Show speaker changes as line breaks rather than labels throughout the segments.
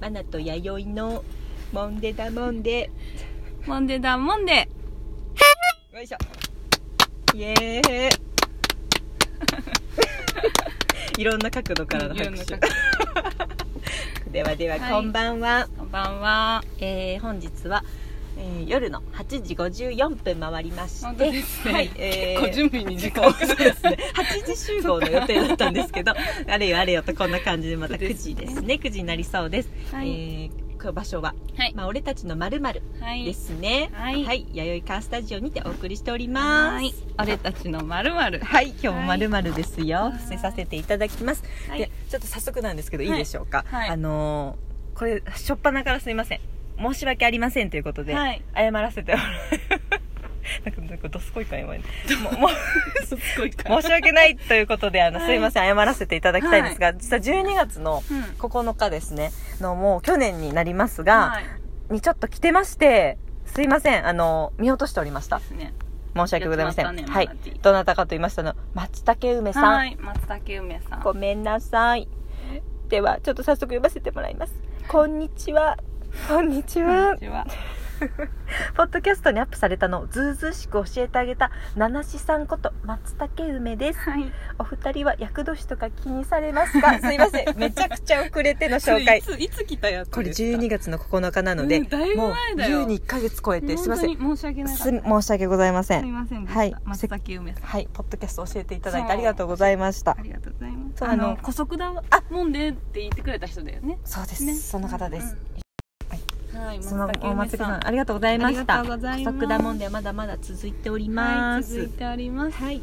マナと弥生のモンデダモンデ
モンデだモンデ
よいしょイエーイ いろんな角度からの拍手 ではでは、
はい
こんばんは、
こんばんは
えー本日は、えー夜の8時54分回りまして
本当ですね、
はいえー
結構準備に時
そ
間
う
が
そうですね8時集合の予定だったんですけどあれよあれよとこんな感じでまた
そうで
9
す
時
ね
ですね9時になりそうです、
はい、
えー場所は、
はい
まあ、俺たちのまるまる
はい
ですね
はい
弥生カースタジオにてお送りしております
はい俺たちのまるまる
はい、今日もまるまるですよ。
はい
伏せさせていただきます。
はい
で、ちょっと早速なんですけど、い
はい
いでしょうか。
はい
あのーこれ初っ端からすいません。申し訳ありませんということで、
はい
謝らせてもらう。 なんかなんかどすこいか今ねもうもう
すごいか
申し訳ないということであの、
はい
すいません謝らせていただきたいんですが、実は12月の
うん
9日ですねのもう去年になりますが、
はい
にちょっと来てましてすいませんあの見落としておりまし
で
た
すね
申し訳ございません、
やっちまったね
はい
マナティー
どなたかと言いましたの松茸梅さん、
はい松茸梅さん
ごめんなさい。では、ちょっと早速読ませてもらいます。こんにちは。こんにち
こん
は
に。ちは
ポッドキャストにアップされたのをずうずうしく教えてあげた、七しさんこと松茸梅です。
はい
お二人は厄年とか気にされます かすいません。めちゃくちゃ遅れての紹介。
それいついつ来たやつ
これ
ですか
12月の9日なので、
うんだいぶ
もう
前だよ
12に1ヶ月超えて、すいません。
本当に申し訳なかっ
す
た
申し訳ございませ
すみ
ん。
ませんでした、
はい
松崎梅さん
はい、ポッドキャスト教えていただい
そう
てありがとうございました
あ。りがとうございます
そう
あの
あの
古速だもんでって言ってくれた人だよね
そうです。
ね
その方です。
はい
その
松崎
お
梅
祭り
さ
さ
ん
んありがとうございまし
あ
た。
りがとうござい
補
ます
足だもんでまだまだ続いており
は
ま
い、続い
す。
てあります
はい。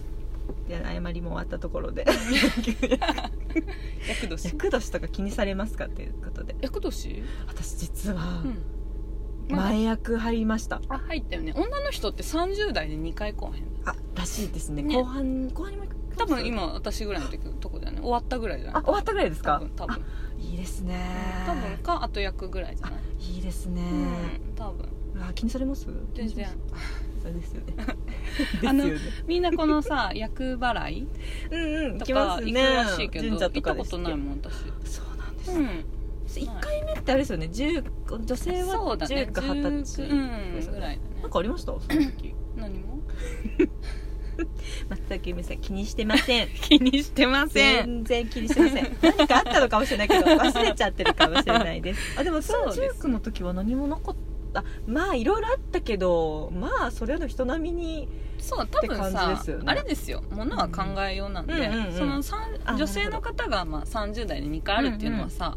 じゃあ謝りも終わったところ で。
厄年
厄年とか気にされますかということで。
厄年
私実は
うん
前役入りました。
あ入ったよね女の人って30代で2回来おへん
あらしいですね。
ね
後半後半にも行く
多分。今私ぐらいの時のとこだよね終わったぐらいじゃな
あ
い
終わったぐらいです
多
か
分。多分
あいいですね。
多分かあと役ぐらいじゃない
いいですね
う。ん多分
うわ気にされます？
全然
そうですよね。
あの
ですよね
みんなこのさ 役払い
うんうん行
と
きま
か
す
行く
ね。
らしいけど
神社
行
と
った
か
こ
です
とないもん私
そうなんです。
うん
一回目ってあれですよね10女性
そ
は
うだ
10
ね
か20歳
うんぐらいだ
なん
ね
かありま したその時
何も
松崎梅さん気にしてません
気にしてま せ
全
ん
然気にしてませ ん何かあったのかもしれないけど忘れちゃってるかもしれない ですあでもその
そうです
19の時は何もなかったまあいろいろあったけどまあそれの人並みに
そう多分
って感じ
さ
ですよね
あれですよものは考えようなんで
うんうんうんうん
そのさん
あ
女性の方がまあ30代で2回あるっていうのはさ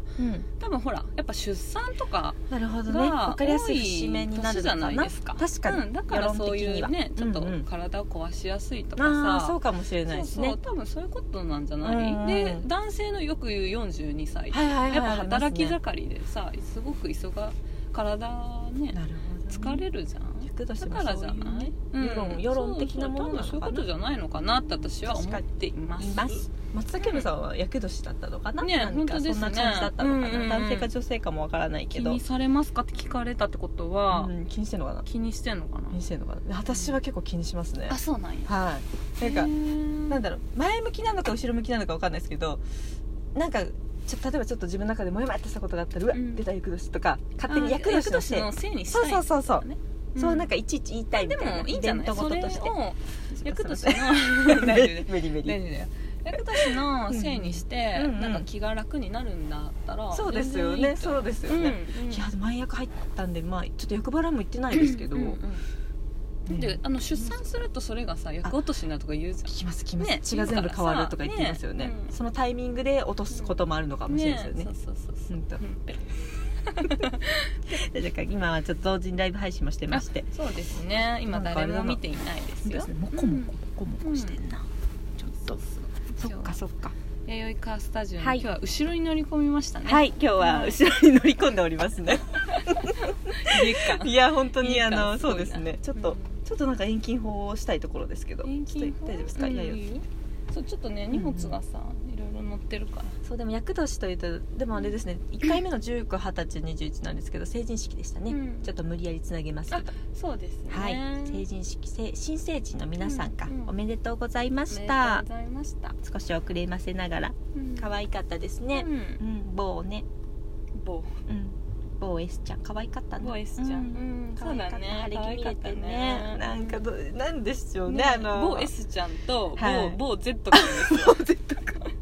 多分ほらやっぱ出産とか
なるほどね
が
分かりや
多
すい節
い
目になる
年じゃ
のか
ない
な
ですか
確かに、
うんだからそういうねち
世
ょっ
論的には
と
うんうん
体を壊しやすいとか
ああ
さ
そうかもしれないですね
そうそう多分そういうことなんじゃ
うんうん
ないで男性のよく言う42歳
はいはいはい
やっぱ働き
あります
盛りでさすごく忙が体ね
ねなるほどね
疲れるじゃん
100度して
だ
も
からじゃ
そうう
ない
ね
うん
世論世論的なものなのかな
そうそう多分そういうことじゃないのかなって私は思っています
います松崎梅さんはやけどしだったのかな、
ね
なんか
本当ですね
そんな感じだったのかな、
うんうんうん
男性か女性かもわからないけ
気
ど
にされますかって聞かれたってことは、
うん、気にしてんのかな
気にしてんのかな
気にしてんのかな私は結構気にしますね
あそうなんや
はいなんか
な
なんだろう前向きなのか後ろ向きなのかわかんないですけどなんかちょ例えばちょっと自分の中でモヤモヤってしたことがあったら、うわ
うん
出た厄年とか勝手に厄年として
のせいにした
そう
い
そうそうそう、
ね
そうなんかいちいち言いたいみ
で
たいな
もいいんじゃな
イ
い
ベント
そ
ごと
れ
として
を役年
すいませ
の
ん
大丈夫
メリメ
大
リ
丈夫だよ役年のせいにして、
うんうん
なんか気が楽になるんだったら
そうですよね
全
そうですよ
然いい
ね、
と思ううんうん
いや前役入ったんで、まあ、ちょっと役払いも行ってないですけど、
うんうんだって
ね
あの出産するとそれがさ役落としになるとか言うじゃん
聞きます聞きます、
ね
血が全部変わるとか言ってますよね
ねうん
そのタイミングで落とすこともあるのかもしれないですよね
えそうそうそうそう
うんと
うんペロ
でだから今はちょっと同時にライブ配信もしてまして
そうですね今誰も見ていないです
そうで
よ
すねモコモコモコモコしてんな、ちょっと
そう
そっかそっか
弥生カースタジオに、
はい
今日は後ろに乗り込みましたね
はい今日は後ろに乗り込んでおります ね
家 か
いや本当
い
に
いか
あの
すごい
そ
な
うですねちょっと、
うん
ちょっとなんか遠近法をしたいところですけど
遠近
ちょっ
法
と大丈夫ですか、
うん
いやいや
そうちょっとね荷物がさ、いろいろ乗ってるから
そうでも厄年というとでもあれですね1回目の1920歳21なんですけど成人式でしたね、
うん
ちょっと無理やりつなげますけど
そうですね
はい
おめ
成
で
人式成新成人の皆さんか、
うんうん
おめでとうございま
とう
し
ご
た
ざいました
少し遅れませながら
うん
可愛かったですね
う、ん
うん、某ね
某
うんボーエスちゃん可愛かったね
某 S ちゃん、
うん
うん
可愛かったあれ見えてねなんかどなんでしょうね
ね
あの
某 S ちゃんと
はい
某某 Z 君ですよ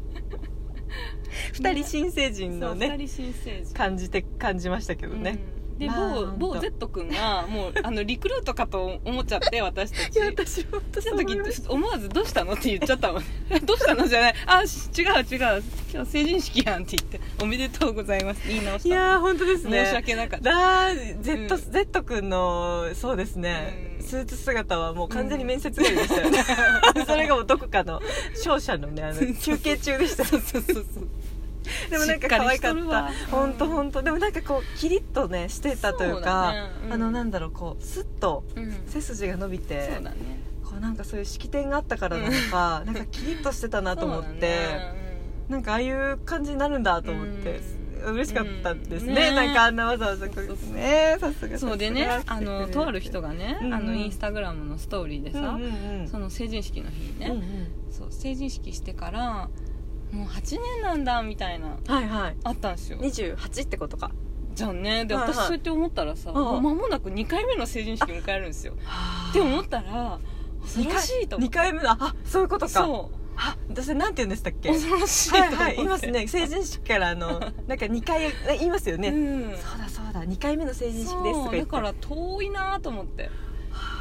二人新成人
そ
の
う
ね
二人新成人
感じて感じましたけどね、
うんで、
まあほ
某
んと
某 Z 君がもうあのリクルートかと思っちゃ って私たち
いや私も私
その時思わず「どうしたの?」って言っちゃったもん どうしたの?」じゃない「あし違う違う今日成人式やん」って言って「おめでとうございます」言い直し
い
た
やー本当ですね
申し訳なかった
だー Z,、
うん
Z 君のそうですね、
うん
スーツ姿はもう完全に面接外でしたよ ね、それがもうどこかの商社の ねあの
そうそう
休憩中でした
そうそうそうそう
でもなんか可愛か
しっかりしとる
った
わ
本当本当でもなんかこうキリッとねしてたというか
そうだねうん
あのなんだろうこうスッと
うんそ
背筋が伸びて
うだね
こうなんかそういう式典があったからなのか、なんかキリッとしてたなと思って、
そうだねうん
なんかああいう感じになるんだと思って、
うん
嬉しかったですね,、
うんね
なんかあんなわざわざこ
そうそうそう
うねさすが
そうでねあのとある人
が
がね、
うん
あのインスタグラムのストーリーでさ、
うんうんうん
その成人式の日にね、
うんうん
そう成人式してからもう8年なんだみたいな
はいはい
あったんですよ
28ってことか
じゃんねで
はいはい
私そうやって思ったらさ、
うんうん
もう間もなく2回目の成人式迎えるんですよって思ったら恐ろしいと思っ
2
て
回目のあそういうことか
そ
あ私なんて言うんでしたっ
う
け
恐ろしいと
は
思っ
い
て、
はいいますね成人式からあ のなんか2回言いますよね、
うん
そうだそうだ2回目の成人式ですとか
そう
言
だ
って
から遠いなと思って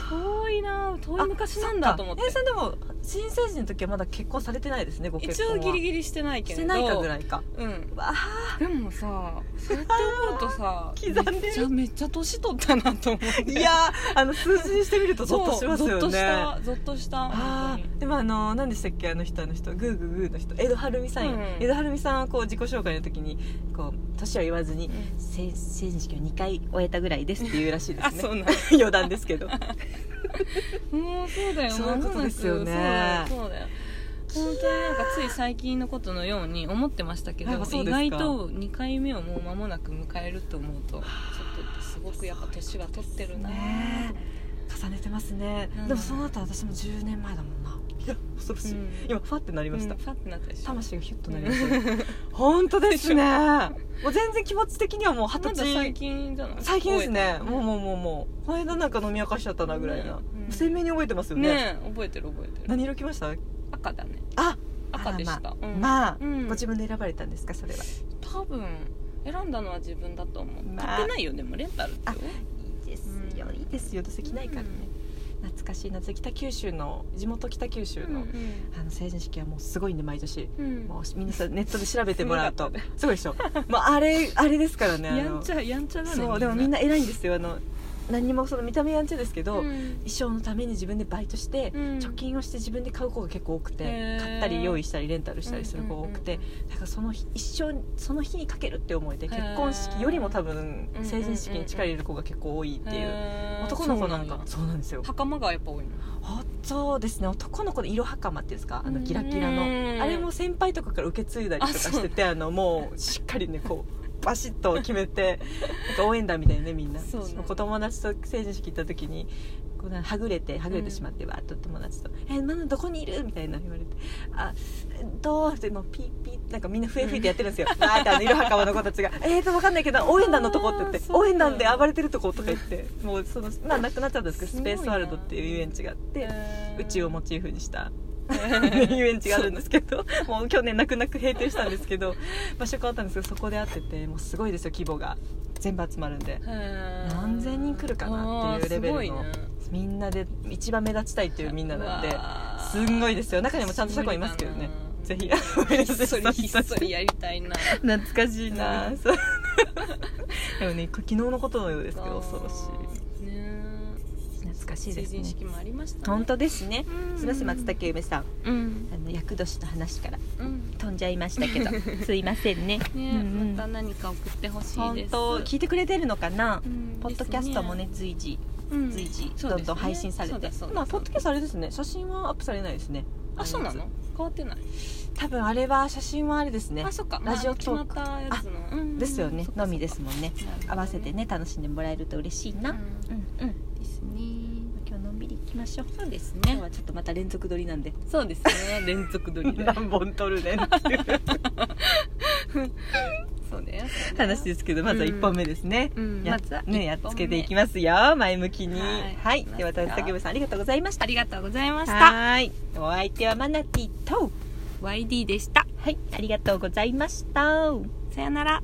遠いな遠い昔なんだと思って
あそっかえーそれでも新成人の時はまだ結婚されてないですねご結
一
婚は
応ギリギリしてないけ
して
れど
ないかぐらいか
うん
わ
でもさそうやって思うとさ
刻んでる
めっちゃめっちゃ年取ったなと思っ
ー
て
いやーあの数字にしてみるとゾッとします
そう
よ
ゾッとし
ね
たゾッとした
あ
本
ーでもあの何でしたっけあの人あの人グーグーグーの人江戸晴美さんよ、
うん
江戸晴美さんはこう自己紹介の時にこう年は言わずに
当に
成成人式を2回終えたぐらいですって言うらしいで
あ
すね
そうな
余談ですけど
もうそうだよ
そういうことですよね
間もなくそうだよそうだよ本当になんかつい最近のことのように思ってましたけど
あそうですか
意外と2回目をもう間もなく迎えると思うとちょっとすごくやっぱ年は取ってるな
ね 重ねてますね、
うん
でもその後私も10年前だもんないや恐ろしい、
うん
今ファってなり
う
ま
ん
した、
ファってなったでしょ
魂がヒュッとなりましたよ 本当ですねもう全然気持ち的にはもう
ま
二
だ
十
最
歳
近じゃない
最近ですね
覚えた
もうもうもうもうこの間なんか飲み明かしちゃったなぐらいな、
ねうん
もう鮮明に覚えてますよ
ね
ね
え覚えてる覚えてる
何色来ました
赤だね
あ
赤でした
あらまあ、
うん
まあ
うん
ご自分で選ばれたんですかそれは
多分選んだのは自分だと思う
まあ
買ってないよでもレンタルってよ
いいですよ、
うん
いいですよどうせ着ないからね、懐かしい夏北九州の地元北九州
うん
の、あの成人式はもうすごいんで毎年
うん
もう皆さんネットで調べてもら うと
すごか
すごいでしょもうあれあれですからねあの
やんちゃやんちゃだね
そうでもみんな偉いんですよあの何にもその見た目やんちゃですけど、衣
ん
装のために自分でバイトして、
うん
貯金をして自分で買う子が結構多くて
へー
買ったり用意したりレンタルしたりする子が多くて、だからその日一生その日にかけるって思いで
へー
結婚式よりも多分
うん
成人式に力入れる子が結構多いっていう
う
男の子なんかそうなんですよ
袴がやっぱ多いの
あそうですね男の子の色袴っていうんですかあのギラギラ
う
の
ん
あれも先輩とかから受け継いだりとかしててあのもうしっかりねこうバシッと決めてなんか応援団みたいなねみんな
そうなの
の子友達と成人式行った時にこうなはぐれてはぐれてしまってわーっと友達と「えママどこにいる?」みたいな言われて「あどう?」ってもうピッピッなんかみんな笛吹いてやってる んですよわーってあの色袴の子たちが「えーと分かんないけど応援団のとこ」って言っ
あー
て「
そう
応援団で暴れてるとこ」とか言ってもうそのまあなくなっちゃったんですけどスペースワールドっていう遊園地があって。宇宙をモチーフにした 遊園地があるんですけどもう去年泣く泣く閉店したんですけど場所変わったんですけどそこで会っててもうすごいですよ規模が全部集まるんで何
何
千人来るかなっていうレベルのみんなで一番目立ちたいっていうみんななんですすんごいですよ中にもちゃんとした子いますけどねぜひ
ひっそりひっそりやりたいな
懐かしい なそうでもね昨日のことのようですけど恐ろし
い
い
ね
懐かし
え
いで
成
す
人
ね
式もありましたね
本当ですね
うん
すみません松竹梅さん
うん
あの厄年の話から
うん
飛んじゃいましたけ どすいませんね
ね
うんうん
また何か送ってほしい
本
です
当聞いてくれてるのかな、
うん
ポッドキャストもね随時
ですね
随時
うそうですね
どんどん配信され
そう
て、
だそうだ
まあポッドキャストあれですね写真はアップされないですね
あそうなの変わってない
多分あれは写真はあれですね
あそっか
ラジオトーク
まあ決まったやつのうん
ですよね
そっか
のみですもんね
そっか
合わせてね楽しんでもらえると嬉しいな、
う
うんん、うん
ですね
今日のんびり行きましょう
そうです
今日
ね
はちょっとまた連続撮り なんで
そうですね連続撮りで
本撮るねんっていう
そうですで
話ですけどまずは1本目ですね、
うん
や
まずは
ね、やっ
一本目
つけていきますよ前向きには
はいい、
では田崎部さんありがとうございました
ありがとうございました
はーいお相手はマナティと
YD でした
はいありがとうございました
さよなら